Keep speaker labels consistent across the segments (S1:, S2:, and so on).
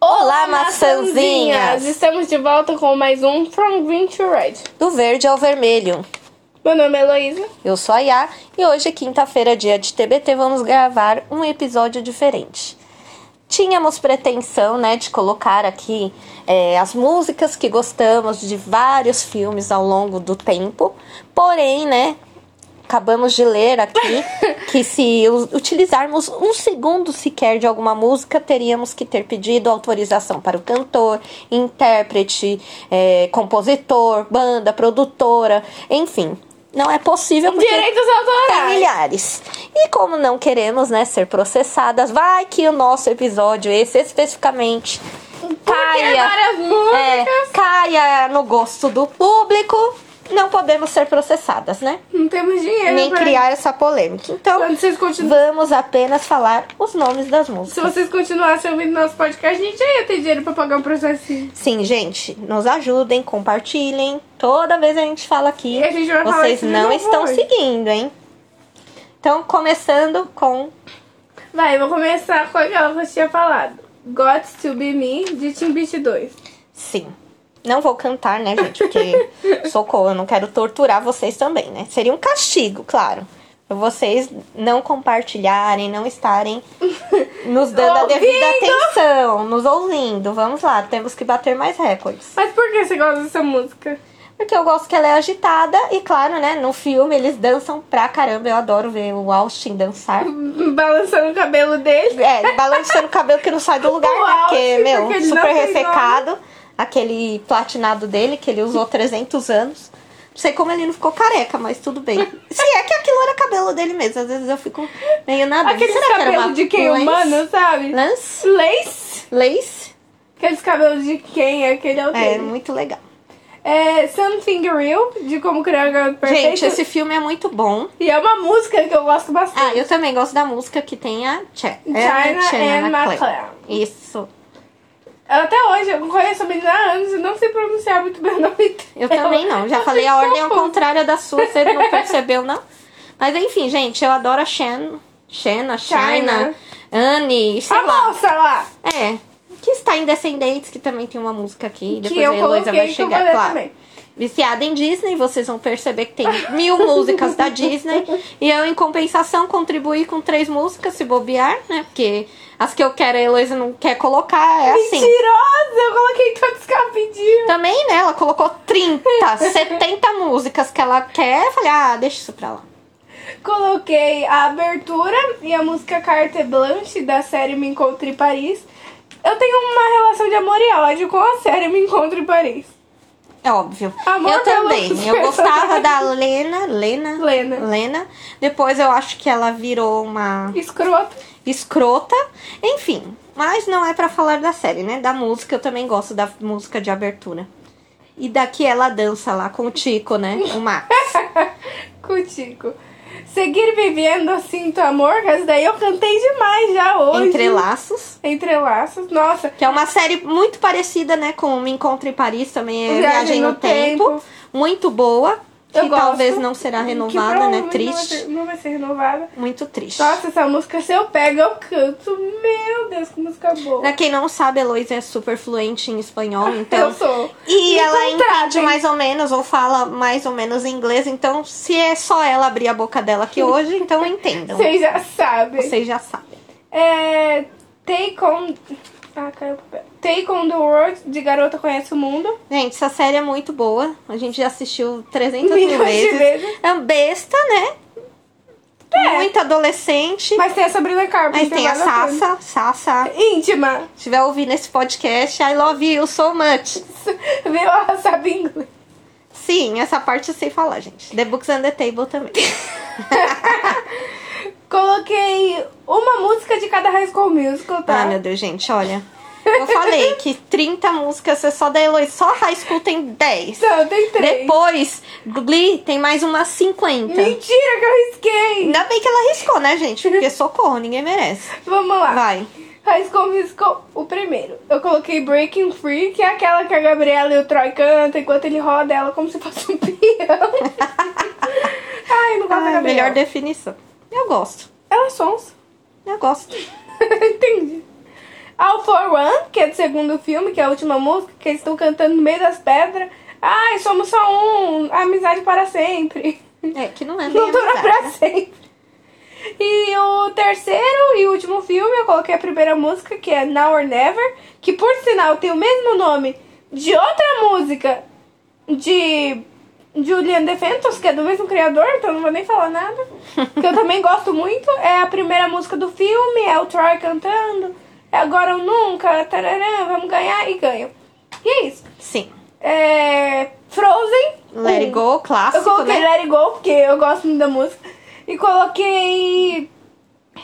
S1: Olá, maçãzinhas!
S2: Estamos de volta com mais um From Green to Red.
S1: Do verde ao vermelho.
S2: Meu nome é Heloísa.
S1: Eu sou a Yá e hoje, é quinta-feira, dia de TBT, vamos gravar um episódio diferente. Tínhamos pretensão, né, de colocar aqui é, as músicas que gostamos de vários filmes ao longo do tempo, porém, né, acabamos de ler aqui que se u- utilizarmos um segundo sequer de alguma música, teríamos que ter pedido autorização para o cantor, intérprete, eh, compositor, banda, produtora, enfim. Não é possível porque
S2: Direitos
S1: tem
S2: autorais.
S1: milhares. E como não queremos, né, ser processadas, vai que o nosso episódio, esse especificamente,
S2: Tem
S1: caia
S2: várias músicas.
S1: é, caia no gosto do público, não podemos ser processadas, né?
S2: Não temos dinheiro.
S1: Nem
S2: pra-
S1: criar essa polêmica. Então,
S2: Quando vocês continuam...
S1: vamos apenas falar os nomes das
S2: Se
S1: músicas.
S2: vocês continuassem ouvindo nosso podcast, a gente já ia ter dinheiro pra pagar um processinho.
S1: Sim, gente, nos ajudem, compartilhem. Toda vez a gente fala aqui,
S2: E a gente vai falar
S1: vocês
S2: isso de
S1: não
S2: novo
S1: estão
S2: hoje.
S1: seguindo, hein? Então, começando com
S2: Vai, eu vou começar com aquela que eu tinha falado. Got to Be Me, de Team Beat 2.
S1: sim. Não vou cantar, né, gente? Porque socorro, eu não quero torturar vocês também, né? Seria um castigo, claro. Pra vocês não compartilharem, não estarem nos dando a devida
S2: Ouvindo!
S1: atenção, nos ouvindo. Vamos lá, temos que bater mais recordes.
S2: Mas por que você gosta dessa música?
S1: Porque eu gosto que ela é agitada e, claro, né, no filme eles dançam pra caramba. Eu adoro ver o Austin dançar.
S2: Balançando o cabelo dele.
S1: É, balançando o cabelo que não sai do lugar,
S2: O
S1: né? Porque,
S2: Austin,
S1: meu,
S2: porque ele não
S1: super
S2: tem nome.
S1: ressecado. Aquele platinado dele, que ele usou 300 anos. Não sei como ele não ficou careca, mas tudo bem. Se é que aquilo era cabelo dele mesmo. Às vezes eu fico meio nada.
S2: Aqueles cabelos de quem humano, sabe?
S1: Lance?
S2: Lace?
S1: Lace?
S2: Aqueles cabelos de quem? Aquele é o
S1: É,
S2: dele.
S1: muito legal.
S2: É Something Real, de Como Criar um Garoto Perfeito.
S1: Gente, esse filme é muito bom.
S2: E é uma música que eu gosto bastante.
S1: Ah, eu também gosto da música que tem a China,
S2: China and McClellan.
S1: Isso.
S2: Até hoje, eu conheço a menina há anos e não sei pronunciar muito bem o nome
S1: Eu
S2: dela. é
S1: também não. Já
S2: Eu
S1: falei a
S2: fico
S1: ordem ao
S2: tá confusa.
S1: contrário da sua, você não percebeu, não? Mas enfim, gente, eu adoro a Shen. Xena, China,
S2: China.
S1: Anne, sei
S2: A
S1: lá.
S2: moça lá,
S1: É. Que está em Descendentes, que também tem uma música aqui. Depois
S2: que eu
S1: a Heloísa vai
S2: coloquei que eu
S1: chegar,
S2: falei
S1: claro.
S2: também.
S1: Viciada em Disney, vocês vão perceber que tem mil músicas da Disney. E eu, em compensação, contribuí com três músicas, se bobear, né? Porque as que eu quero, a Heloísa não quer colocar, é assim.
S2: Mentirosa, eu coloquei todos que ela pediu.
S1: Também, né? Ela colocou 30, 70 músicas que ela quer. Eu falei, ah, deixa isso pra lá.
S2: Coloquei a abertura e a música Carte Blanche da série Me Encontro em Paris. Eu tenho uma relação de amor e ódio com a série Me Encontro em Paris.
S1: É óbvio.
S2: Amor
S1: eu
S2: pelo
S1: também. Eu
S2: personagem.
S1: gostava da Lena, Lena.
S2: Lena.
S1: Lena. Depois eu acho que ela virou uma
S2: Escroto.
S1: escrota. Enfim, mas não é pra falar da série, né? Da música, eu também gosto da música de abertura. E daqui ela dança lá com o Tico, né? O Max.
S2: Cutico. Seguir vivendo, sinto amor, que essa daí eu cantei demais já hoje.
S1: Entrelaços.
S2: Entrelaços. Nossa,
S1: Que é uma série muito parecida, né? Com Me Encontro em Paris, também é Viagem, no, tempo. Muito boa. Que
S2: Eu gosto.
S1: talvez não será
S2: Que
S1: renovada, né?
S2: provavelmente Não vai,
S1: Triste.
S2: ser, não vai ser renovada.
S1: Muito triste.
S2: Nossa, essa música, se eu pego, eu canto. Meu Deus, que música boa.
S1: Pra quem não sabe, a Heloísa é super fluente em espanhol, então.
S2: Eu sou.
S1: E
S2: Me
S1: ela entende
S2: contratem.
S1: mais ou menos, ou fala mais ou menos inglês, então se é só ela abrir a boca dela aqui hoje, então entendam.
S2: Vocês já sabem.
S1: Vocês já sabem.
S2: É, take on... Ah, caiu o papel. Take on the World, de Garota Conhece o Mundo.
S1: Gente, essa série é muito boa. A gente já assistiu 300 mil
S2: Milhões de
S1: vezes.
S2: vezes. É.
S1: É um besta, né? Muito adolescente. Mas,
S2: Mas tem a Sabrina Carpenter.
S1: tem a
S2: lá na frente.
S1: Sassa. Sassa.
S2: Íntima.
S1: Se tiver ouvindo esse podcast, I love you so much.
S2: Viu? Ela sabe inglês.
S1: Sim, essa parte eu sei falar, gente. The Books on the Table também.
S2: Coloquei uma música de cada High School Musical, tá?
S1: Ah, meu Deus, gente, olha. Eu falei que 30 músicas é só da Eloy. Só High School tem 10.
S2: Não, tem Então, três.
S1: Depois, Glee tem mais umas 50.
S2: Mentira que eu risquei.
S1: Ainda bem que ela arriscou, né, gente? Porque socorro, ninguém merece.
S2: Vamos lá.
S1: Vai.
S2: High School Musical, o primeiro. Eu coloquei Breaking Free, que é aquela que a Gabriela e o Troy cantam enquanto ele roda ela como se fosse um peão. Ai, não gosto da
S1: Ah,
S2: Gabriela.
S1: melhor definição. Eu gosto.
S2: Ela é sons.
S1: Eu gosto.
S2: Entendi. All for One, que é do segundo filme, que é a última música, que eles estão cantando no meio das pedras. Ai, somos só um, amizade para sempre.
S1: É, que não é
S2: Não
S1: nem
S2: dura
S1: amizade,
S2: pra
S1: né?
S2: sempre. E o terceiro e último filme, eu coloquei a primeira música, que é Now or Never, que por sinal tem o mesmo nome de outra música de Julian DeFentos, que é do mesmo criador, então não vou nem falar nada. Que eu também gosto muito. É a primeira música do filme, é o Troy cantando. É agora ou nunca, tarará, vamos ganhar e ganham. E é isso.
S1: Sim.
S2: É, Frozen.
S1: Let It
S2: um.
S1: Go, clássico,
S2: Eu coloquei
S1: né?
S2: Let It Go, porque eu gosto muito da música. E coloquei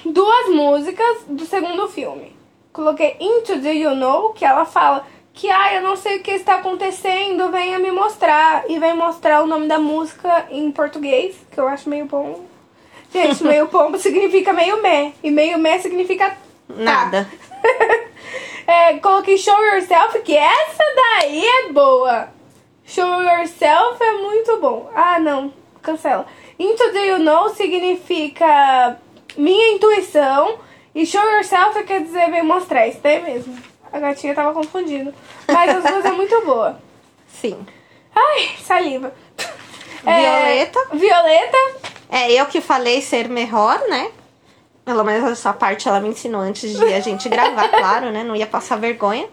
S2: duas músicas do segundo filme. Coloquei Into the You Know, que ela fala que, ah, eu não sei o que está acontecendo, venha me mostrar. E vem mostrar o nome da música em português, que eu acho meio bom. Gente, meio pombo significa meio mé. E meio mé significa tá.
S1: Nada.
S2: é, coloquei Show Yourself, que essa daí é boa. Show Yourself é muito bom. Ah, não, cancela. Into the You Know significa minha intuição. E Show Yourself quer dizer vem mostrar, isso daí mesmo. A gatinha tava confundindo. Mas as duas é muito boa.
S1: Sim.
S2: Ai, saliva.
S1: Violeta.
S2: É, Violeta,
S1: É, eu que falei ser melhor, né? Pelo menos essa parte ela me ensinou antes de a gente gravar, claro, né? Não ia passar vergonha.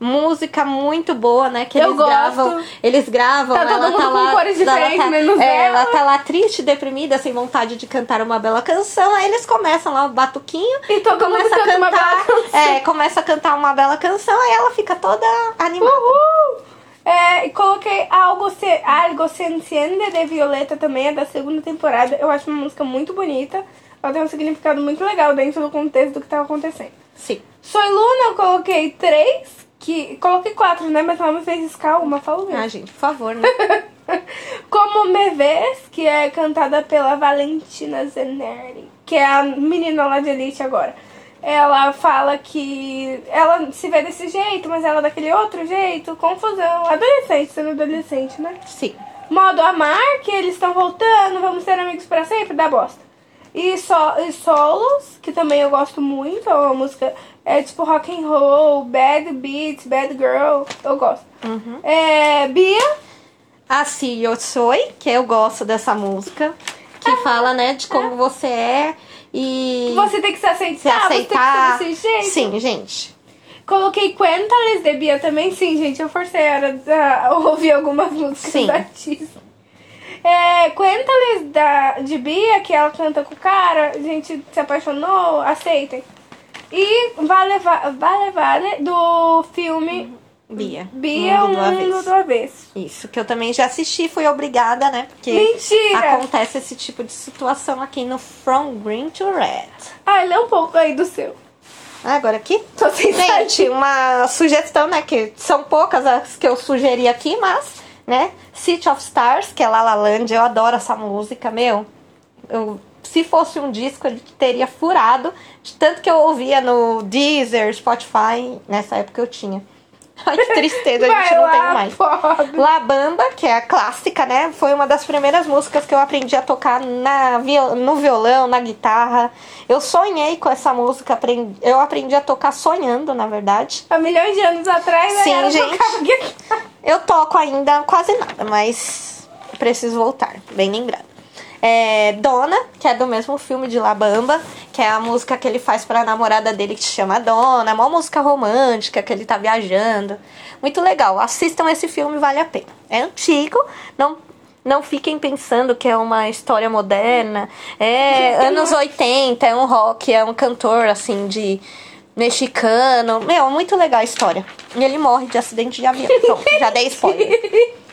S1: Música muito boa, né? Que
S2: Eu
S1: eles
S2: gosto.
S1: gravam. Eles gravam.
S2: Tá todo
S1: ela tá
S2: mundo com
S1: lá,
S2: cores
S1: ela
S2: diferentes,
S1: tá-
S2: menos
S1: é,
S2: ela.
S1: ela tá lá triste, deprimida, sem vontade de cantar uma bela canção. Aí eles começam lá o batuquinho.
S2: E todo mundo
S1: começa
S2: canta
S1: a
S2: uma
S1: cantar.
S2: bela canção.
S1: É, começa a cantar uma bela canção, aí ela fica toda animada.
S2: Uhul! É, e coloquei algo se, algo se enciende de Violeta também, é da segunda temporada. Eu acho uma música muito bonita. Ela tem um significado muito legal dentro do contexto do que tava acontecendo.
S1: Sim.
S2: Soy Luna, eu coloquei três, que. Coloquei quatro, né? Mas ela me fez riscar uma, falo mesmo.
S1: Ah, gente, por favor, né?
S2: Como Me Vês, que é cantada pela Valentina Zeneri, que é a menina lá de Elite agora. Ela fala que ela se vê desse jeito, mas ela é daquele outro jeito, confusão. Adolescente, sendo adolescente, né?
S1: Sim.
S2: Modo amar, que eles estão voltando, vamos ser amigos pra sempre, dá bosta. E, so, e solos, que também eu gosto muito, é uma música é tipo rock and roll, bad beats, bad girl, eu gosto.
S1: Uhum.
S2: É, Bia,
S1: Assim Eu Soy, que eu gosto dessa música, que fala, né, de como você é e
S2: Ah, Você tem que se aceitar,
S1: se aceitar.
S2: você tem que ser desse jeito.
S1: Sim, gente.
S2: Coloquei Quentales de Bia também, sim, gente. Eu forcei a hora de ouvir algumas músicas
S1: Sim.
S2: da Disney. É, Quentales da, de Bia, que ela canta com o cara, a gente se apaixonou, aceitem. E Vale Va- Vale, vale né, do filme
S1: Bia.
S2: Bia,
S1: Mundo
S2: o
S1: do
S2: Mundo
S1: Avesso.
S2: do Avesso.
S1: Isso, que eu também já assisti, fui obrigada, né? Porque
S2: Mentira!
S1: acontece esse tipo de situação aqui no From Green to Red.
S2: Ah, lê um pouco aí do seu.
S1: Agora aqui.
S2: Tô sem
S1: Gente, uma sugestão, né? Que são poucas as que eu sugeri aqui, mas, né? City of Stars, que é La La Land, eu adoro essa música, meu. Eu, se fosse um disco, ele teria furado. De tanto que eu ouvia no Deezer, Spotify, nessa época eu tinha. Ai, que tristeza, a gente
S2: Vai
S1: não tem
S2: lá,
S1: mais.
S2: pobre.
S1: La Bamba, que é a clássica, né? Foi uma das primeiras músicas que eu aprendi a tocar na viol- no violão, na guitarra. Eu sonhei com essa música, apren- eu aprendi a tocar sonhando, na verdade.
S2: Há milhões de anos atrás, né,
S1: Sim,
S2: aí ela
S1: gente.
S2: tocava guitarra.
S1: Eu toco ainda quase nada, mas preciso voltar, bem lembrado. É Dona, que é do mesmo filme de La Bamba, que é a música que ele faz pra namorada dele que se chama Dona, é uma música romântica que ele tá viajando. Muito legal, assistam esse filme, vale a pena. É antigo, não, não fiquem pensando que é uma história moderna. É anos 80, é um rock, é um cantor assim de mexicano. Meu, muito legal a história. E ele morre de acidente de avião. Pronto, já dei spoiler.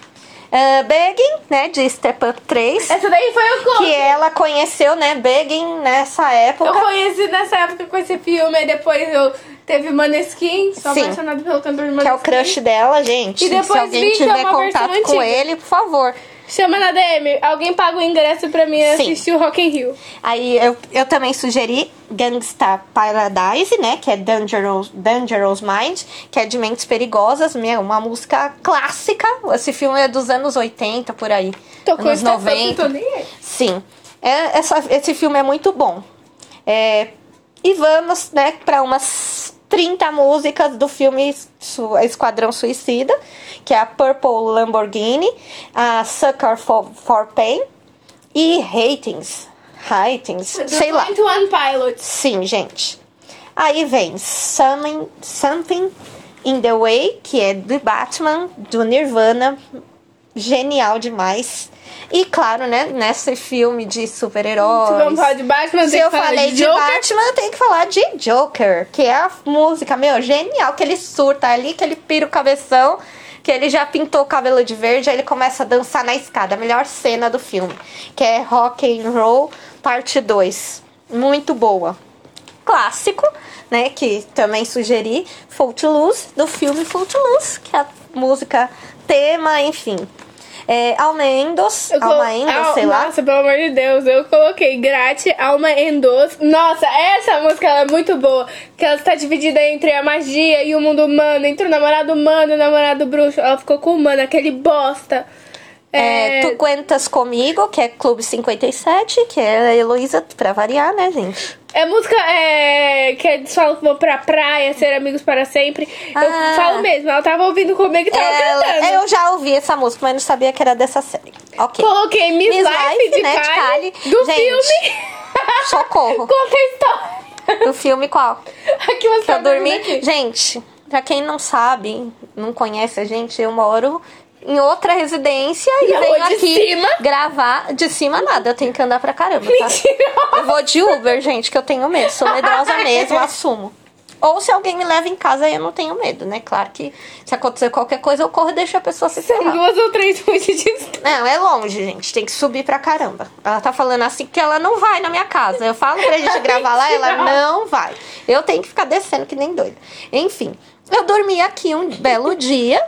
S1: Uh, Begging, né, de Step Up 3.
S2: Essa daí foi o
S1: Que ela conheceu, né, Begging nessa
S2: um- Eu
S1: época.
S2: conheci nessa época com esse filme, aí depois eu teve Maneskin, sou
S1: Sim.
S2: apaixonada pelo cantor de
S1: Que é o
S2: Maneskin.
S1: crush dela, gente.
S2: E depois
S1: Se alguém
S2: vi que
S1: tiver
S2: é uma versão
S1: contato com
S2: antiga.
S1: ele, por favor.
S2: Chama na DM, alguém paga o ingresso pra mim
S1: Sim.
S2: assistir o Rock in Rio.
S1: Aí eu, eu também sugeri Gangsta Paradise, né? Que é Dangerous, Dangerous Mind, que é de Mentes Perigosas, meu, uma música clássica. Esse filme é dos anos 80, por aí.
S2: Tocou
S1: anos
S2: esse cantor, não tô
S1: 90.
S2: nem aí.
S1: Sim. É, essa- esse filme é muito bom. É, e vamos, né, para umas 30 músicas do filme Su- Esquadrão Suicida, que é a Purple Lamborghini, a Sucker for, for Pain e Ratings. Ratings, sei lá.
S2: 21 Pilots.
S1: Sim, gente. Aí vem Something, Something in the Way, que é do Batman, do Nirvana. Genial demais. E claro, né? Nesse filme de
S2: Se vamos falar
S1: super-heróis.
S2: de Batman,
S1: Se
S2: tem
S1: eu
S2: que falar
S1: falei
S2: de
S1: de
S2: Joker.
S1: Batman, tem que falar de Joker, que é a música, meu, genial, que ele surta ali, que ele pira o cabeção, que ele já pintou o cabelo de verde, aí ele começa a dançar na escada, a melhor cena do filme, que é Rock and Roll Parte 2. Muito boa. Clássico, né, que também sugeri, Footloose, do filme Footloose, que é a música tema, enfim. É, Almendos,
S2: Eu colo-
S1: Almaendos,
S2: Al-
S1: sei lá.
S2: Nossa, pelo amor de Deus, eu coloquei Grate, Alma em Doce. Nossa, essa música ela é muito boa. Que ela está dividida entre a magia e o mundo humano, entre o namorado humano e o namorado bruxo. Ela ficou com o humano, aquele bosta.
S1: É, Tu Cuentas Comigo, que é Clube 57, que é a Heloísa, pra variar, né, gente?
S2: É música é, que eles falam que vão pra praia, ser amigos para sempre.
S1: Ah.
S2: Eu falo mesmo, ela tava ouvindo comigo e tava
S1: Ela-
S2: cantando.
S1: eu já ouvi essa música, mas não sabia que era dessa série. Ok.
S2: Coloquei Miss,
S1: Miss
S2: Life,
S1: Life,
S2: de
S1: né, de
S2: Kylie,
S1: Kylie.
S2: do
S1: Gente.
S2: filme.
S1: Socorro.
S2: Conta a história.
S1: o filme qual?
S2: Aqui você
S1: Que eu
S2: tá dormindo
S1: dormi.
S2: aqui.
S1: Gente, pra quem não sabe, não conhece a gente, eu moro em outra residência e
S2: Não,
S1: venho
S2: de
S1: aqui
S2: cima.
S1: gravar de cima nada. Eu tenho que andar pra caramba. tá?
S2: Mentira.
S1: Eu vou de Uber, gente, que eu tenho medo. Sou medrosa mesmo, assumo. Ou se alguém me leva em casa, eu não tenho medo, né? Claro que se acontecer qualquer coisa, eu corro e deixo a pessoa se
S2: São
S1: ferrar.
S2: duas ou três fontes de distância.
S1: Não, é longe, gente. Tem que subir pra caramba. Ela tá falando assim que ela não vai na minha casa. Eu falo pra gente gravar lá, ela não vai. Eu tenho que ficar descendo que nem doida. Enfim, eu dormi aqui um belo dia.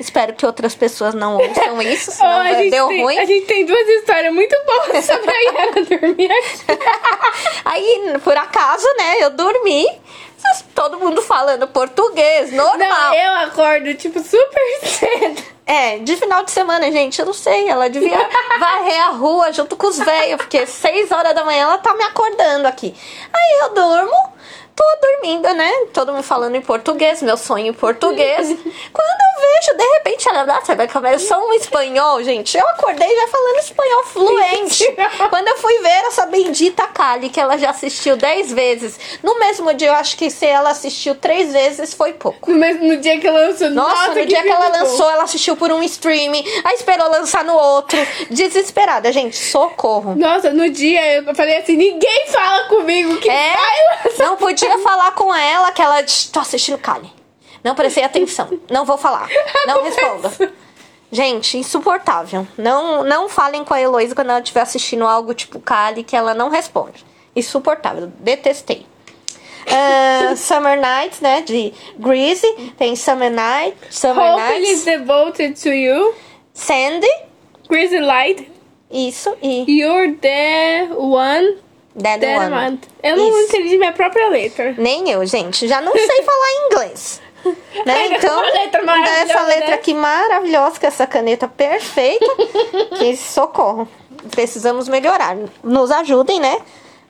S1: Espero que outras pessoas não ouçam isso,
S2: Oh,
S1: senão
S2: a, gente
S1: deu
S2: tem,
S1: ruim.
S2: a gente tem duas histórias muito boas sobre a Yara dormir aqui.
S1: Aí, por acaso, né, eu dormi. Todo mundo falando português, normal.
S2: Não, eu acordo, tipo, super cedo.
S1: É, de final de semana, gente, eu não sei. Ela devia varrer a rua junto com os velhos, porque seis horas da manhã ela tá me acordando aqui. Aí eu durmo, tô dormindo, né? Todo mundo falando em português, meu sonho em português. Quando eu vejo, de repente, ela dá, sabe, começou um espanhol, gente. Eu acordei já falando espanhol fluente. Quando eu fui ver essa bendita Kali, que ela já assistiu dez vezes. No mesmo dia, eu acho que se ela assistiu três vezes, foi pouco.
S2: No, mesmo, no dia que lançou.
S1: Nossa, no dia que ela lançou, ela assistiu por um streaming, aí esperou lançar no outro. Desesperada, gente, socorro.
S2: Nossa, no dia eu falei assim, ninguém fala comigo que
S1: É,
S2: vai lançar.
S1: não podia falar com ela que ela "Tch, tô assistindo Kali. Não prestei atenção, não vou falar, não respondo. Gente, insuportável. Não, não falem com a Heloísa quando ela estiver assistindo algo tipo Kali que ela não responde. Insuportável, detestei. Ah, Summer Nights, né? De Greasy. Tem Summer Night, Summer
S2: Hope
S1: Nights,
S2: is devoted to you.
S1: Sandy.
S2: Crazy Light.
S1: Isso, e
S2: You're the one
S1: Dead,
S2: that I
S1: One.
S2: want. Eu não
S1: Isso.
S2: entendi minha própria letra.
S1: Nem eu, gente. Já não sei falar inglês. Né?
S2: Ainda
S1: Então,
S2: com uma letra maravilhosa,
S1: essa letra
S2: né?
S1: aqui maravilhosa, com essa caneta perfeita. que socorro. Precisamos melhorar. Nos ajudem, né?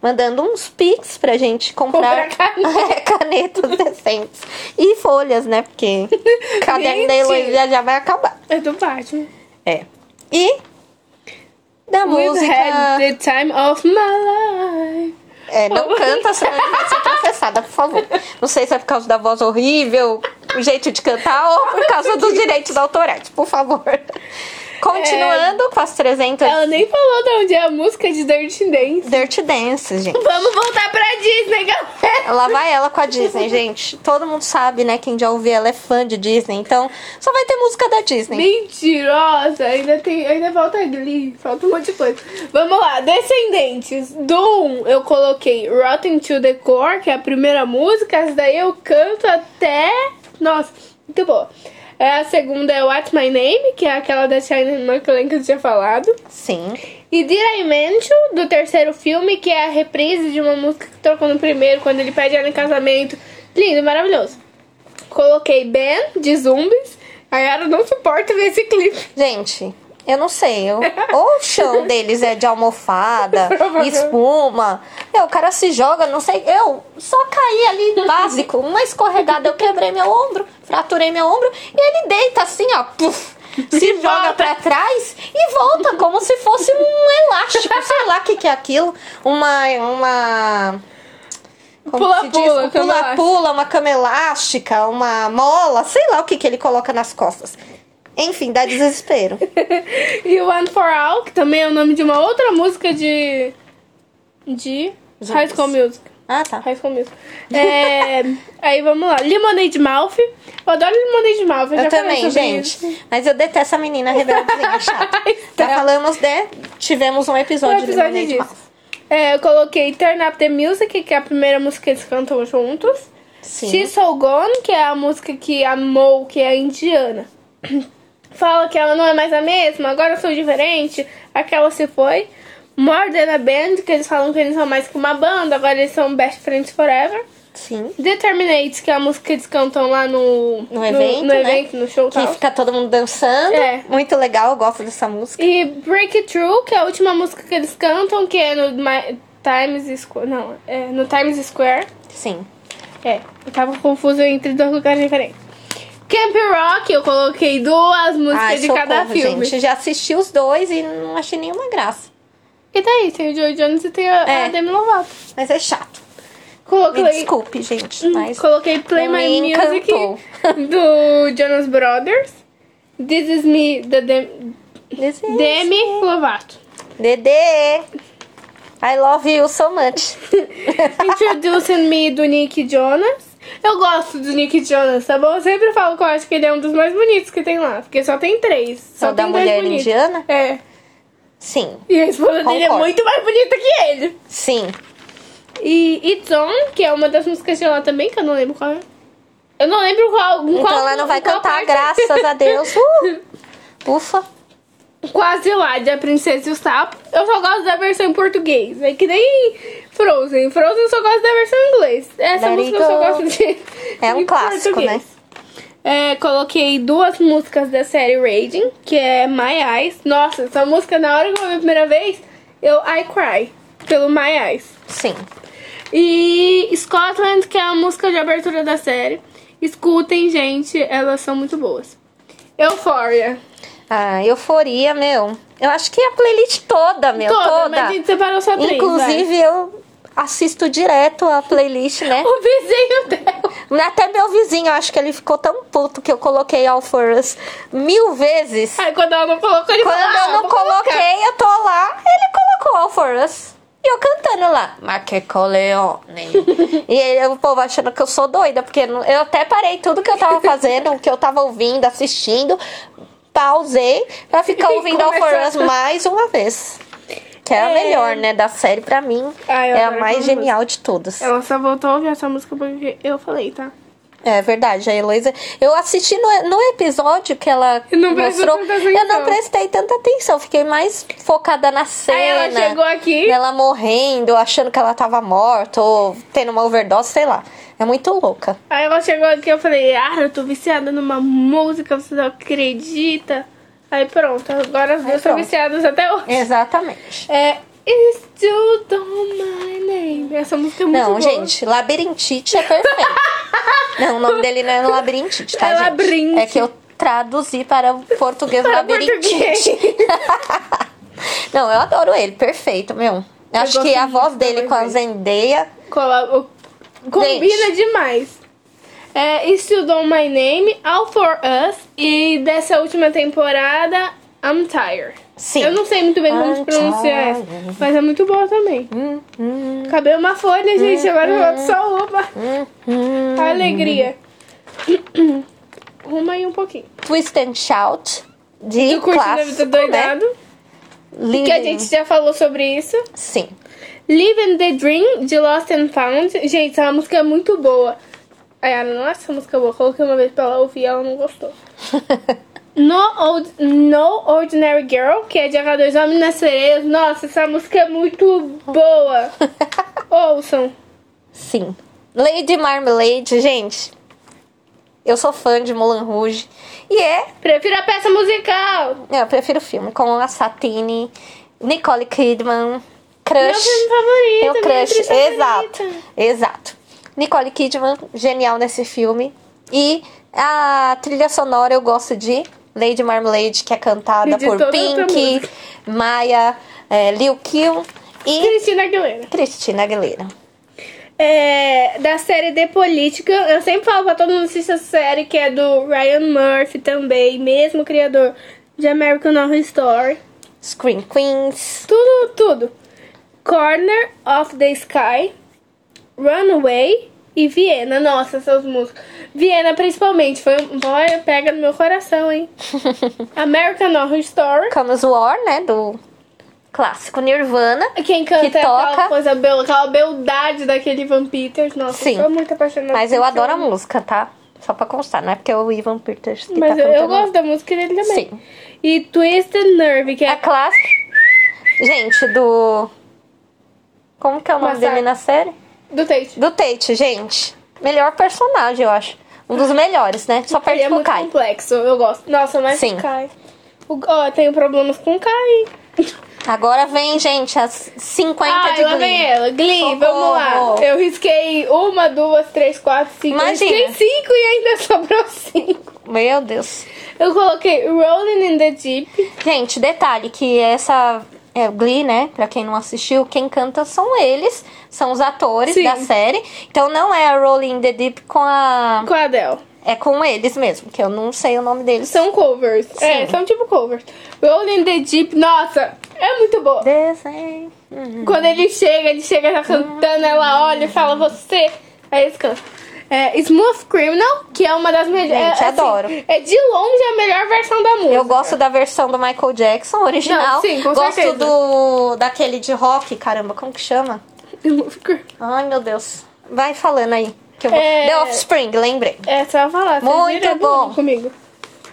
S1: Mandando uns pics pra gente comprar,
S2: Comprar caneta.
S1: É, canetas decentes. E folhas, né? Porque o caderno da
S2: Gente.
S1: Heloísa já vai acabar.
S2: É do Batman.
S1: É. E da
S2: We've
S1: música.
S2: had the time of my life.
S1: É, não canta, senão a gente vai ser processada, por favor. Não sei se é por causa da voz horrível, o jeito de cantar ou por causa dos direitos autorais, por favor. Continuando com as 300
S2: Ela nem falou de onde é a música de Dirty Dance.
S1: Dirty Dances, gente.
S2: Vamos voltar pra Disney, galera.
S1: Lá vai ela com a Disney, gente. Todo mundo sabe, né? Quem já ouviu ela é fã de Disney, então só vai ter música da Disney.
S2: Mentirosa, ainda tem, ainda falta Glee, falta um monte de coisa. Vamos lá, Descendentes. Do 1 eu coloquei Rotten to the Core, que é a primeira música, essa daí eu canto até. Nossa, muito boa. É, a segunda é What's My Name, que é aquela da China McLean que eu tinha falado.
S1: Sim.
S2: E Did I Mention, do terceiro filme, que é a reprise de uma música que tocou no primeiro, quando ele pede ela em casamento. Lindo, maravilhoso. Coloquei Ben, de Zumbis. A Yara não suporta ver esse clipe.
S1: Gente, Eu não sei. Eu... Ou o chão deles é de almofada, espuma. É, o cara se joga, não sei. Eu só caí ali, básico, uma escorregada. Eu quebrei meu ombro, fraturei meu ombro. E ele deita assim, ó. puf, se joga pra trás e volta, como se fosse um elástico. Sei lá o que, que é aquilo. Uma. uma... Como
S2: Pula,
S1: se diz?
S2: pula,
S1: Um
S2: cama elástica.
S1: pula, uma cama elástica, uma mola, sei lá o que, que ele coloca nas costas. Enfim, dá desespero.
S2: E o One for All, que também é o nome de uma outra música de. De.
S1: Juntos.
S2: High School Music.
S1: Ah, tá.
S2: High School Music. É, aí vamos lá. Limonade Mouth. Eu adoro Limonade Mouth. Eu,
S1: Eu
S2: já falei
S1: também,
S2: sobre
S1: gente.
S2: isso.
S1: Mas eu detesto a menina rebeldezinha chata.
S2: Então.
S1: Já falamos de. Tivemos um episódio,
S2: Um episódio
S1: de Lemonade
S2: disso.
S1: Mouth.
S2: É, eu coloquei Turn Up The Music, que é a primeira música que eles cantam juntos.
S1: Sim.
S2: She's So Gone, que é a música que a Mo, que é indiana, fala que ela não é mais a mesma, agora eu sou diferente, aquela se foi. More Than a Band, que eles falam que eles são mais que uma banda, agora eles são best friends forever.
S1: Sim.
S2: Determinate, que é a música que eles cantam lá no,
S1: No evento,
S2: no,
S1: né?
S2: evento, no show e
S1: Que
S2: tal.
S1: fica todo mundo dançando.
S2: É.
S1: Muito legal, eu gosto dessa música.
S2: E Break It Through, que é a última música que eles cantam, que é no My- Times Square. Não, é no Times Square.
S1: Sim.
S2: É, eu tava confusa entre dois lugares diferentes. Camp Rock, eu coloquei duas músicas
S1: Ai,
S2: de
S1: socorro,
S2: cada filme.
S1: gente. Já assisti os dois e não achei nenhuma graça.
S2: E daí? Tem o Joe Jones e tem a, a
S1: É.
S2: Demi Lovato.
S1: Mas é chato. Me
S2: Coloquei,
S1: desculpe,
S2: Hum,
S1: gente. Mas.
S2: coloquei Play
S1: não
S2: My
S1: me
S2: Music
S1: encantou.
S2: do Jonas Brothers. This Is Me, da Dem-
S1: Desi-
S2: Demi Lovato.
S1: Dedê! I love you so much.
S2: Introducing Me, do Nick Jonas. Eu gosto do Nick Jonas, tá bom? Eu sempre falo que eu acho que ele é um dos mais bonitos que tem lá. Porque só tem três. Só,
S1: Só da
S2: tem dois
S1: mulher
S2: bonitos.
S1: indiana?
S2: É.
S1: Sim,
S2: E a esposa dele é
S1: Concordo.
S2: muito mais bonita que ele.
S1: sim.
S2: E It's On, que é uma das músicas de lá também, que eu não lembro qual é. Eu não lembro qual. qual
S1: Então ela não vai
S2: qual
S1: cantar,
S2: parte.
S1: graças a Deus. Uh! Ufa.
S2: Quase lá, de A Princesa e o Sapo. Eu só gosto da versão em português. É que nem Frozen. Frozen eu só gosto da versão em inglês. Essa
S1: Let it
S2: música eu só
S1: go.
S2: gosto de.
S1: É um
S2: em
S1: clássico,
S2: português.
S1: né?
S2: É, coloquei duas músicas da série Raging, que é My Eyes. Nossa, essa música, na hora que eu ouvi a primeira vez, eu I Cry, pelo My Eyes.
S1: Sim.
S2: E Scotland, que é a música de abertura da série. Escutem, gente, elas são muito boas. Euphoria.
S1: Ah, euforia, meu. Eu acho que é a playlist toda, meu.
S2: toda,
S1: Toda.
S2: mas a gente separou só três. vai.
S1: Inclusive, eu assisto direto a playlist, né?
S2: O vizinho dela.
S1: Até meu vizinho, eu acho que ele ficou tão puto que eu coloquei All For Us mil vezes.
S2: Aí quando ela não colocou, ele
S1: Quando
S2: falou, "Ah,
S1: eu não
S2: vou colocar."
S1: coloquei, eu tô lá, ele colocou All For Us. E eu cantando lá, Ma che coleone. e aí, o povo achando que eu sou doida, porque não- eu até parei tudo que eu tava fazendo, o que eu tava ouvindo, assistindo, pausei pra ficar
S2: E
S1: ouvindo All For
S2: começou a
S1: Us mais uma vez. Que é, a
S2: É.
S1: melhor, né, da série pra mim.
S2: Ah, eu
S1: é a
S2: adoro
S1: mais
S2: aquela
S1: genial de todas.
S2: Ela só voltou a ouvir essa música porque eu falei, tá?
S1: É verdade, a Heloísa. Eu assisti no, no episódio que ela
S2: Eu não prestei
S1: mostrou.
S2: tanta
S1: eu não
S2: atenção.
S1: prestei tanta atenção. Fiquei mais focada na cena.
S2: Aí ela chegou aqui.
S1: Ela morrendo, achando que ela tava morta ou tendo uma overdose, sei lá. É muito louca.
S2: Aí ela chegou aqui e eu falei, ah, eu tô viciada numa música, você não acredita. Aí pronto, agora as duas são
S1: pronto.
S2: viciadas até hoje.
S1: Exatamente.
S2: É It's Still Don't My Name. Essa música é muito
S1: Não,
S2: boa.
S1: gente, labirintite é perfeito. não, o nome dele não é labirintite, tá,
S2: É
S1: gente?
S2: labirinte.
S1: É que eu traduzi para o português
S2: Para o
S1: labirintite. não, eu adoro ele, perfeito, meu. Eu acho
S2: gosto
S1: que a
S2: muito
S1: voz
S2: da
S1: dele
S2: voz
S1: com a
S2: dele.
S1: Zendeia
S2: Cola- o- Combina demais. É It's Still Don't My Name, All For Us e dessa última temporada, I'm Tired.
S1: Sim.
S2: Eu não sei muito bem como
S1: I'm
S2: pronunciar essa,
S1: tired.
S2: mas é muito boa também.
S1: Hum, hum,
S2: Acabei uma folha, gente, agora eu boto só uma.
S1: hum, hum.
S2: A alegria. Uma e um pouquinho.
S1: Twist and Shout. De
S2: E curtindo a
S1: clássico,
S2: vida
S1: né?
S2: doidado. Que a
S1: Living-
S2: gente já falou sobre isso.
S1: Sim.
S2: Living the Dream, de Lost and Found. Gente, essa música é muito boa. A Yara não acha essa música é boa. Coloquei uma vez pra ela ouvir e ela não gostou. No, Old, no Ordinary Girl, que é de H2 Homem nas Sereias. Nossa, essa música é muito boa. Ouçam.
S1: Sim. Lady Marmalade, gente. Eu sou fã de Moulin Rouge. E é,
S2: Prefiro a peça musical.
S1: eu prefiro o filme com a Satine, Nicole Kidman,
S2: Meu
S1: Crush.
S2: filme favorito.
S1: Meu
S2: minha
S1: crush,
S2: atriz
S1: exato,
S2: favorita.
S1: exato. Nicole Kidman, genial nesse filme. E a trilha sonora eu gosto de Lady Marmalade, que é cantada
S2: E de
S1: por
S2: toda outra
S1: Pink,
S2: música.
S1: Maya, é, Lil Kim e
S2: Cristina Aguilera.
S1: Cristina Aguilera.
S2: É, da série The Política, eu sempre falo pra todo mundo assistir essa série, que é do Ryan Murphy também, mesmo criador de American Horror Story.
S1: Scream Queens,
S2: Tudo, tudo. Corner of the Sky, Runaway e Viena. Nossa, essas músicas. Viena, principalmente, foi um... Olha, pega no meu coração, hein? American Horror Story.
S1: Comes War, né, do clássico Nirvana.
S2: Quem canta
S1: Que
S2: é
S1: toca.
S2: aquela coisa, bel- aquela beldade daquele Van Peters. Nossa,
S1: Sim.
S2: eu sou muito apaixonada.
S1: Mas
S2: por
S1: eu
S2: esse
S1: adoro a
S2: homem.
S1: música, tá? Só pra constar, não é porque é o Ivan Peters que
S2: Mas
S1: tá
S2: eu,
S1: cantando.
S2: eu gosto da música dele também.
S1: Sim.
S2: E Twisted Nerve, que é
S1: A classe. Gente, do. Como que é o nome
S2: Massacre.
S1: dele na série?
S2: do Tate.
S1: Do Tate, gente. Melhor personagem, eu acho. Um dos melhores, né? Só
S2: Ele
S1: perde
S2: é
S1: pro
S2: muito
S1: Kai.
S2: complexo, eu gosto. Nossa, mas
S1: Sim.
S2: o Kai... O, ó, eu tenho problemas com o Kai.
S1: Agora vem, gente, as 50
S2: Ah,
S1: tá de
S2: lá
S1: Glee.
S2: vem ela. Glee,
S1: Socorro.
S2: vamos lá. Eu risquei uma, duas, três, quatro, cinco.
S1: Imagina.
S2: Eu risquei cinco e ainda sobrou cinco.
S1: Meu Deus.
S2: Eu coloquei Rolling in the Deep.
S1: Gente, detalhe que essa é o Glee, né? Pra quem não assistiu, quem canta são eles, são os atores
S2: Sim.
S1: da série. Então não é a Rolling in the Deep com a.
S2: Com a Adele.
S1: É com eles mesmo, que eu não sei o nome deles.
S2: São covers. É,
S1: Sim.
S2: são tipo covers. Rolling in the Deep, nossa, é muito boa.
S1: Desenho. Uhum.
S2: Quando ele chega, ele chega já cantando, ela olha e fala, você. Aí eles cantam. É, Smooth Criminal, que é uma das melhores.
S1: Gente, adoro.
S2: É de longe a melhor versão da música.
S1: Eu gosto da versão do Michael Jackson, original.
S2: É. Não, sim, com
S1: gosto
S2: certeza.
S1: do daquele de rock, caramba, como que chama?
S2: Smooth Criminal.
S1: Ai, meu Deus. Vai falando aí. Que eu vou...
S2: É.
S1: The Offspring, lembrei.
S2: É, só falar. vocês
S1: Muito
S2: viram
S1: bom.
S2: tudo comigo.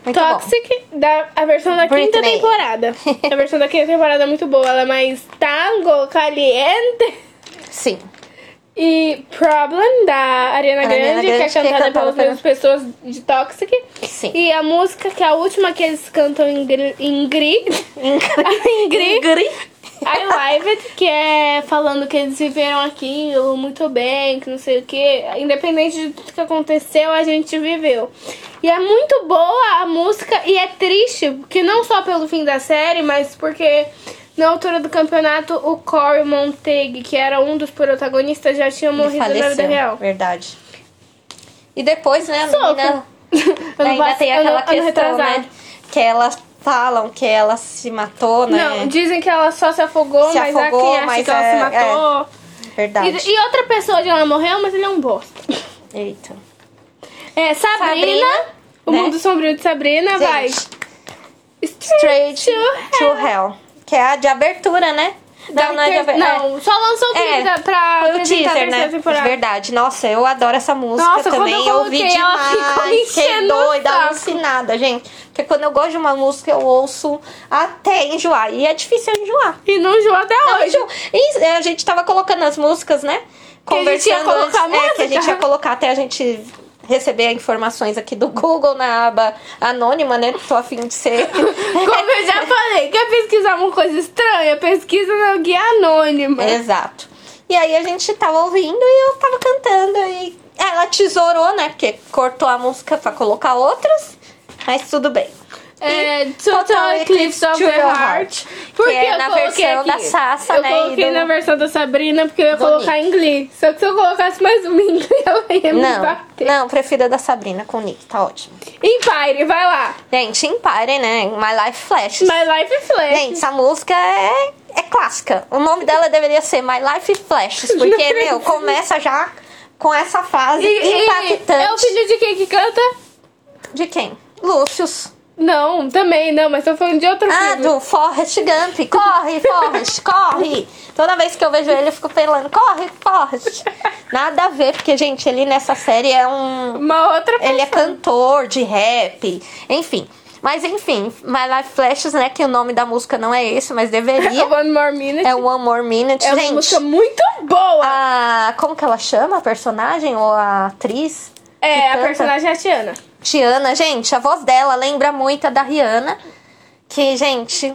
S1: Muito bom.
S2: Toxic, da, a versão da quinta
S1: Britney.
S2: temporada. A versão da quinta temporada é muito boa. Ela é mais tango, caliente.
S1: Sim.
S2: E Problem, da Ariana Grande,
S1: Ariana
S2: que é
S1: Grande, que é
S2: cantada
S1: cantada
S2: pelas
S1: pela-
S2: mesmas pessoas de Toxic.
S1: Sim.
S2: E a música, que é a última que eles cantam em gri... Em gri
S1: Ingrid.
S2: I Live It, que é falando que eles viveram aquilo muito bem, que não sei o que. Independente de tudo que aconteceu, a gente viveu. E é muito boa a música e é triste, porque não só pelo fim da série, mas porque na altura do campeonato o Corey Montague, que era um dos protagonistas, já tinha
S1: Ele
S2: morrido na vida
S1: faleceu,
S2: real.
S1: verdade. E depois, né, a
S2: Soco.
S1: menina...
S2: Ano
S1: Ainda
S2: pass-
S1: tem
S2: ano-
S1: aquela
S2: ano
S1: questão,
S2: retrasado.
S1: né? Que elas falam que ela se matou, né?
S2: Não, dizem que ela só se afogou,
S1: Se
S2: mas
S1: afogou,
S2: há quem acha
S1: mas
S2: que ela
S1: é-
S2: se matou.
S1: Verdade.
S2: E, e outra pessoa de ela morreu, mas ele é um bosta.
S1: Eita.
S2: É, Sabrina,
S1: Sabrina,
S2: o
S1: né?
S2: mundo sombrio de Sabrina,
S1: Gente,
S2: Então vai.
S1: Straight
S2: to
S1: to
S2: Hell.
S1: Hell. Que é a de abertura, né?
S2: Da
S1: Não, não é de
S2: ter-
S1: abertura.
S2: não, só lançou o
S1: É,
S2: clipe da- pra
S1: Foi o
S2: apresentar a
S1: teaser, né?
S2: terceira temporada.
S1: Verdade. Nossa, eu adoro essa música
S2: Nossa, quando
S1: também.
S2: eu
S1: ouvi
S2: coloquei, ela
S1: demais.
S2: ficou me
S1: Fiquei
S2: enchendo o
S1: doida,
S2: saco.
S1: alucinada, gente. Porque quando eu gosto de uma música, eu ouço até enjoar. E é difícil eu enjoar.
S2: E não enjoou até
S1: Não,
S2: hoje.
S1: enjoo. E é, a gente tava colocando as músicas, né?
S2: Que a gente ia
S1: Conversando antes,
S2: colocar
S1: é, que a gente
S2: música.
S1: ia colocar até a gente receber informações aqui do Google na aba anônima, né? Tô afim de ser.
S2: Como eu já falei, quer pesquisar uma coisa estranha? Pesquisa na guia anônima.
S1: Exato. E aí a gente tava ouvindo e eu tava cantando e ela tesourou, né? Porque cortou a música pra colocar outras, mas tudo bem.
S2: É, Total Eclipse of the Heart. Por
S1: que
S2: que
S1: é
S2: eu
S1: na
S2: coloquei
S1: versão
S2: aqui?
S1: da Sassa,
S2: eu
S1: né, e
S2: coloquei
S1: do-
S2: na versão da Sabrina porque eu ia
S1: do
S2: colocar em Glee. Só que se eu colocasse mais um em Glee, ela ia me
S1: Não,
S2: bater.
S1: não, prefiro a da Sabrina com o Nick, tá ótimo.
S2: Empire, vai lá.
S1: Gente, imparem, né? My Life Flash.
S2: My Life Flash.
S1: Gente, essa música é, é clássica. O nome dela deveria ser My Life Flashes, porque,
S2: Não.
S1: meu, começa já com essa frase
S2: E- e-
S1: impactante.
S2: é o filho de quem que canta?
S1: De quem? Lúcius.
S2: Não, também não, mas tô falando de outro
S1: Ah,
S2: filme.
S1: do Forrest Gump. Corre, Forrest, corre. Toda vez que eu vejo ele, eu fico pelando. Corre, Forrest. Nada a ver, porque, gente, ele nessa série é um...
S2: Uma outra
S1: Ele é cantor de rap, enfim. Mas, enfim, My Life Flashes, né? Que o nome da música não é esse, mas deveria.
S2: One More Minute.
S1: É One More Minute.
S2: É uma
S1: gente, Ah,
S2: música muito boa.
S1: a... Como que ela chama a personagem ou a atriz?
S2: É,
S1: que
S2: a
S1: canta.
S2: personagem é a Tiana.
S1: Tiana, gente, a voz dela lembra muito a da Rihanna. Que, gente,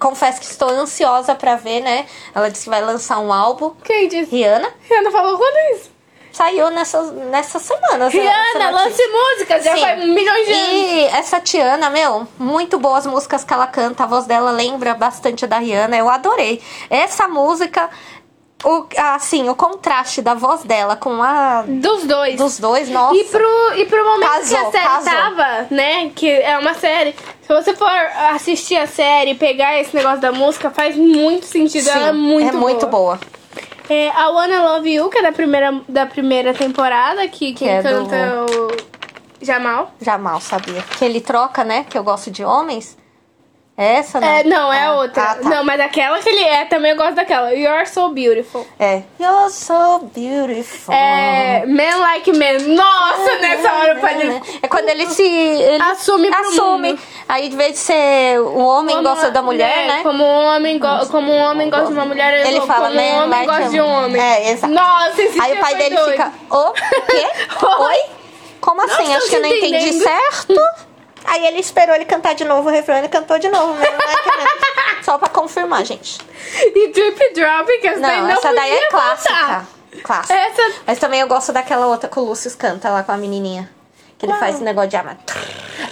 S1: confesso que estou ansiosa pra ver, né? Ela disse que vai lançar um álbum.
S2: Quem disse?
S1: Rihanna
S2: Rihanna falou quando isso?
S1: saiu nessas, nessas semanas. né?
S2: Rihanna,
S1: Essa notícia.
S2: lance músicas, já
S1: Sim.
S2: faz milhões de anos.
S1: E essa Tiana, meu, muito boas músicas que ela canta. A voz dela lembra bastante a da Rihanna. Eu adorei. Essa música, o, assim, o contraste da voz dela com a
S2: Dos dois.
S1: dos dois, nossa.
S2: E pro, e pro momento que a
S1: Casou,
S2: série
S1: casou.
S2: tava, né? Que é uma série. Se você for assistir a série e pegar esse negócio da música, faz muito sentido. ela é muito boa.
S1: boa.
S2: É, a Wanna Love You, que é da primeira, da primeira temporada, que, quem
S1: é do-
S2: canta o Jamal.
S1: Já mal sabia. Que ele troca, né? Que eu gosto de homens. É Essa, né?
S2: É, não, é a outra.
S1: Ah, tá.
S2: Não, mas aquela que ele é, também eu gosto daquela. You're So Beautiful.
S1: É. You're so beautiful. Ah.
S2: É, Men Like Men. Nossa, nessa hora eu falei...
S1: É quando ele se. Ele
S2: Assume pro
S1: assume.
S2: mundo. é,
S1: Aí, de vez de ser o homem
S2: Como
S1: gosta
S2: uma-
S1: da mulher, né?
S2: Como um homem, go- como um homem gosta de uma mulher, eu
S1: Ele
S2: sou-
S1: fala,
S2: como
S1: "Man,
S2: um
S1: like
S2: homem gosta
S1: him."
S2: de um homem.
S1: É, exato.
S2: Nossa, esse
S1: Aí
S2: dia
S1: o pai
S2: foi
S1: dele
S2: doido.
S1: fica, o quê? Oi? Como assim?
S2: estou
S1: Acho que eu não
S2: te
S1: entendi
S2: entendendo."
S1: certo. Aí ele esperou ele cantar de novo o refrão, ele cantou de novo. Mas não é que mesmo. Só pra confirmar, gente.
S2: E Drip Drop, que essa daí
S1: Não,
S2: não
S1: essa daí
S2: podia É.
S1: é clássica.
S2: faltar.
S1: Clássica.
S2: Essa...
S1: Mas também eu gosto daquela outra que o Lúcio canta lá com a menininha. Que ele faz esse negócio de arma.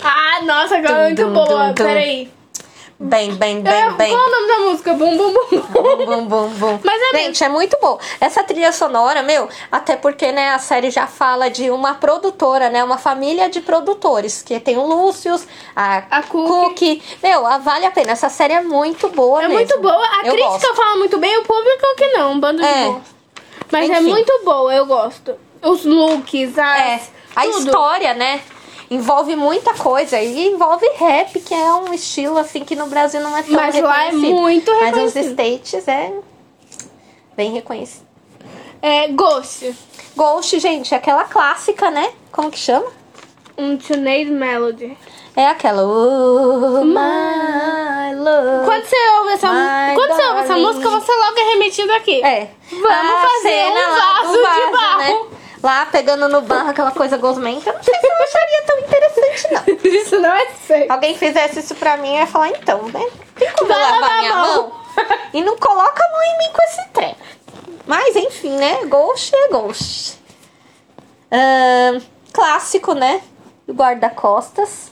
S2: Ah, nossa, agora é muito
S1: Dum, dum,
S2: boa.
S1: dum, dum.
S2: Peraí.
S1: Bem, bem,
S2: É,
S1: bem, bem.
S2: Qual o nome da música? Bum, bum, bum, bum.
S1: Bum, bum, bum, bum.
S2: Mas é
S1: Gente, é muito bom. Essa trilha sonora, meu, até porque, né, a série já fala de uma produtora, né? Uma família de produtores. Que tem o Lúcio, a,
S2: A Cookie.
S1: Meu, a- vale a pena. Essa série é muito boa,
S2: É
S1: mesmo.
S2: muito boa. A
S1: eu
S2: crítica
S1: gosto.
S2: fala muito bem, o público que não. Um bando
S1: É.
S2: de bons. Mas é
S1: Enfim.
S2: muito boa, eu gosto. Os looks, as...
S1: É. A
S2: tudo.
S1: história, né? Envolve muita coisa. E envolve rap, que é um estilo assim que no Brasil não é tão
S2: Mas lá é
S1: reconhecido.
S2: muito
S1: Mas nos
S2: reconhecido.
S1: States é bem reconhecido.
S2: É, Ghost.
S1: Ghost, gente, é aquela clássica, né? Como que chama?
S2: Um Teenage Melody.
S1: É aquela. Oh, my love.
S2: Quando você ouve essa,
S1: My
S2: quando você ouve essa
S1: darling.
S2: música, você logo é remetido aqui.
S1: É.
S2: Vamos
S1: A
S2: fazer
S1: cena
S2: um
S1: lá do
S2: vaso de barro.
S1: Né? Lá pegando no barro aquela coisa gosmenta. Eu Não sei se eu acharia tão interessante, não.
S2: Isso não é sério.
S1: Alguém fizesse isso pra mim, eu ia falar, então, né? Tem como eu
S2: Vai lavar
S1: lavar
S2: a
S1: minha
S2: mão.
S1: mão? E não coloca a mão em mim com esse trem. Mas, enfim, né? Ghost é ghost. Ahn, clássico, né? Do guarda-costas.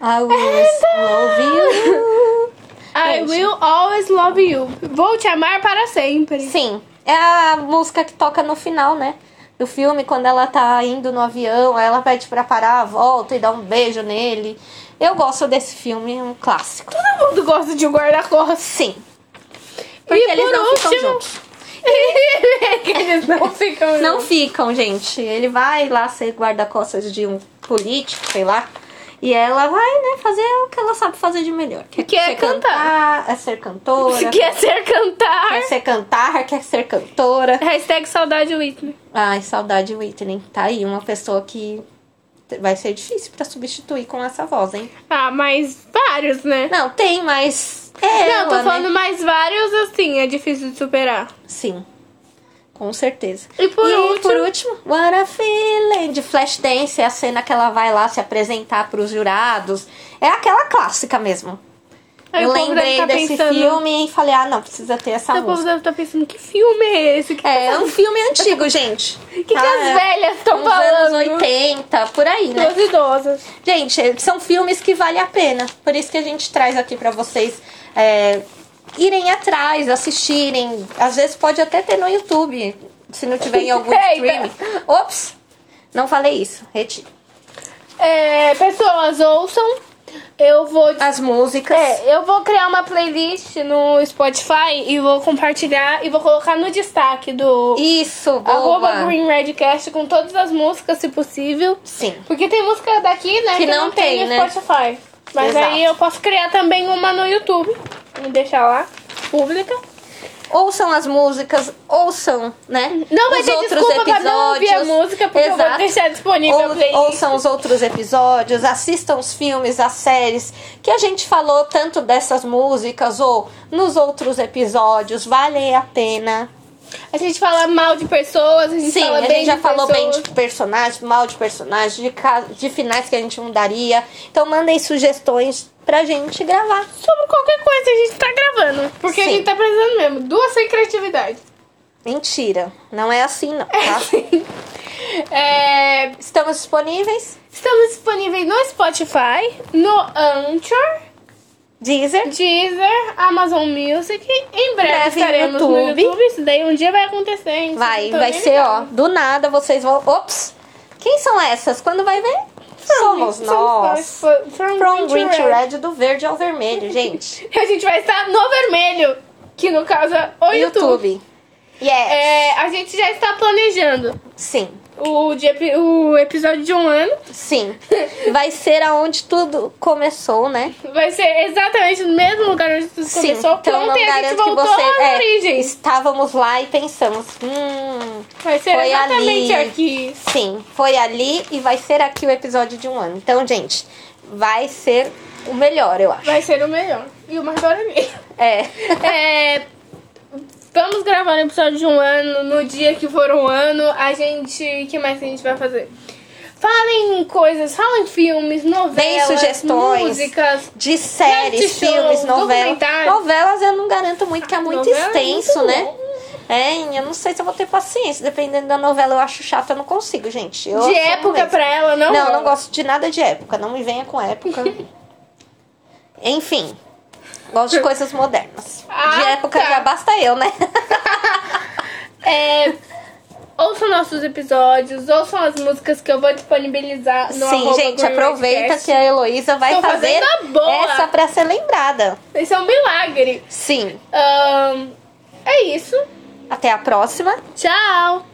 S1: I always love you.
S2: I
S1: Gente.
S2: will always love you. Vou te amar para sempre.
S1: Sim, é a música que toca no final, né? Do filme, quando ela tá indo no avião, aí ela pede pra parar, volta e dá um beijo nele. Eu gosto desse filme, é um clássico.
S2: Todo mundo gosta de um guarda-costas.
S1: Sim. Porque
S2: E
S1: eles
S2: por
S1: não
S2: último...
S1: ficam juntos.
S2: eles não ficam
S1: Não
S2: juntos.
S1: ficam, gente. Ele vai lá ser guarda-costas de um político, sei lá. E ela vai, né, fazer o que ela sabe fazer de melhor. Quer
S2: Que é
S1: ser
S2: cantar.
S1: é ser cantora.
S2: Quer ser cantar.
S1: Quer ser cantar, quer ser cantora.
S2: Hashtag saudade Whitney.
S1: Ai, saudade Whitney. Tá aí, uma pessoa que vai ser difícil pra substituir com essa voz, hein?
S2: Ah, mas vários, né?
S1: Não, tem, mas é
S2: não,
S1: ela,
S2: tô falando
S1: né?
S2: mais vários assim, é difícil de superar.
S1: Sim. Com certeza.
S2: E por
S1: e
S2: último-
S1: por último, What a Feeling de Flashdance, é a cena que ela vai lá se apresentar pros jurados. É aquela clássica mesmo.
S2: Aí
S1: Eu
S2: o povo deve
S1: lembrei
S2: tá
S1: desse
S2: pensando...
S1: filme e falei, ah, não, precisa ter essa
S2: O povo
S1: música.
S2: deve estar pensando, que filme é esse? Que
S1: É, é um filme antigo, gente. Tá, é,
S2: O que, que as velhas estão falando?
S1: anos 80, por aí, né?
S2: Duas idosas.
S1: Gente, são filmes que vale a pena. Por isso que a gente traz aqui pra vocês é, irem atrás, assistirem. Às vezes pode até ter no YouTube, se não tiver em algum
S2: Eita.
S1: streaming. Ops, não falei isso. Retiro.
S2: É, pessoas, ouçam. Eu vou.
S1: As músicas.
S2: É, eu vou criar uma playlist no Spotify e vou compartilhar e vou colocar no destaque do
S1: Isso,
S2: arroba
S1: boa.
S2: Green Redcast com todas as músicas, se possível.
S1: Sim.
S2: Porque tem música daqui, né?
S1: Que não tem,
S2: no
S1: né?
S2: Spotify. Mas
S1: Exato.
S2: aí eu posso criar também uma no YouTube e deixar lá, pública.
S1: Ouçam as músicas, ouçam, né?
S2: Não vai
S1: os
S2: ter
S1: outros
S2: desculpa pra não ouvir a
S1: episódios.
S2: música, porque eu vou
S1: Exato.
S2: deixar disponível a playlist.
S1: Ou, ouçam os outros episódios, assistam os filmes, as séries que a gente falou tanto dessas músicas ou nos outros episódios, vale a pena.
S2: A gente fala mal de pessoas, a gente
S1: Sim,
S2: fala
S1: a
S2: Então, é bem
S1: gente já
S2: de
S1: falou
S2: pessoas.
S1: bem de personagem, mal de personagem, de, ca- de finais que a gente mudaria. Então mandem sugestões pra gente gravar.
S2: Sobre qualquer coisa a gente tá gravando.
S3: Porque a
S1: Sim.
S3: gente tá precisando mesmo. Duas sem criatividade.
S1: Mentira, não é assim não, tá?
S2: É,
S1: Estamos disponíveis,
S2: estamos disponíveis no Spotify, no Anchor,
S1: Deezer,
S2: Deezer, Amazon Music. Em breve,
S1: Breve no
S2: estaremos no
S1: YouTube.
S2: YouTube. Isso daí um dia vai acontecer. hein?
S1: vai, vai
S2: Tô Então, nem né?
S1: ser ó,
S2: ligada.
S1: do nada vocês vão... Ops, quem são essas? Quando vai ver?
S2: Ah,
S1: Somos, nós.
S2: From, from,
S1: From green
S2: Green to
S1: to
S2: Red.
S1: red, do verde ao vermelho, gente.
S2: A gente vai estar no vermelho, que no caso é o YouTube.
S1: YouTube. Yes.
S2: É, a gente já está planejando
S1: Sim,
S2: o, de epi- o episódio de um ano.
S1: sim. Vai ser aonde tudo começou, né?
S2: Vai ser exatamente no mesmo lugar onde tudo
S1: Sim,
S2: começou.
S1: então não
S2: Ontem a gente
S1: garanto que
S2: voltou
S1: você.
S2: às
S1: é,
S2: origens.
S1: estávamos lá e pensamos, hum,
S2: Vai ser
S1: foi
S2: exatamente
S1: ali.
S2: aqui.
S1: sim, foi ali e vai ser aqui o episódio de um ano. Então, gente, vai ser o melhor, eu acho.
S2: Vai ser o melhor. E o mais barulhinho.
S1: É.
S2: É, vamos gravar um episódio de um ano, no dia que for um ano, a gente. O que mais que a gente vai fazer? Falem coisas, falem filmes, novelas,
S1: sugestões.
S2: músicas.
S1: De séries,
S2: Reality show,
S1: filmes, novelas.
S2: documentário.
S1: Novelas eu não garanto muito, que é muito
S2: Novela é
S1: extenso,
S2: muito
S1: né?
S2: longo.
S1: É, eu não sei se eu vou ter paciência. Dependendo da novela, eu acho chato, eu não consigo, gente. Eu
S2: de
S1: sou
S2: época
S1: mesmo.
S2: pra ela, não?
S1: Não, não gosto de nada de época. Não me venha com época. Enfim. Gosto de coisas modernas. de
S2: Ah,
S1: época
S2: tá.
S1: já basta eu, né?
S2: É, ouçam nossos episódios, ouçam as músicas que eu vou disponibilizar no
S1: Sim,
S2: arroba
S1: gente,
S2: Gourmet
S1: aproveita
S2: Cast.
S1: que a Heloísa vai
S2: Tô
S1: fazer
S2: fazendo a boa.
S1: essa pra ser lembrada.
S2: Isso é um milagre.
S1: Sim.
S2: Ahn, é isso.
S1: Até a próxima.
S2: Tchau!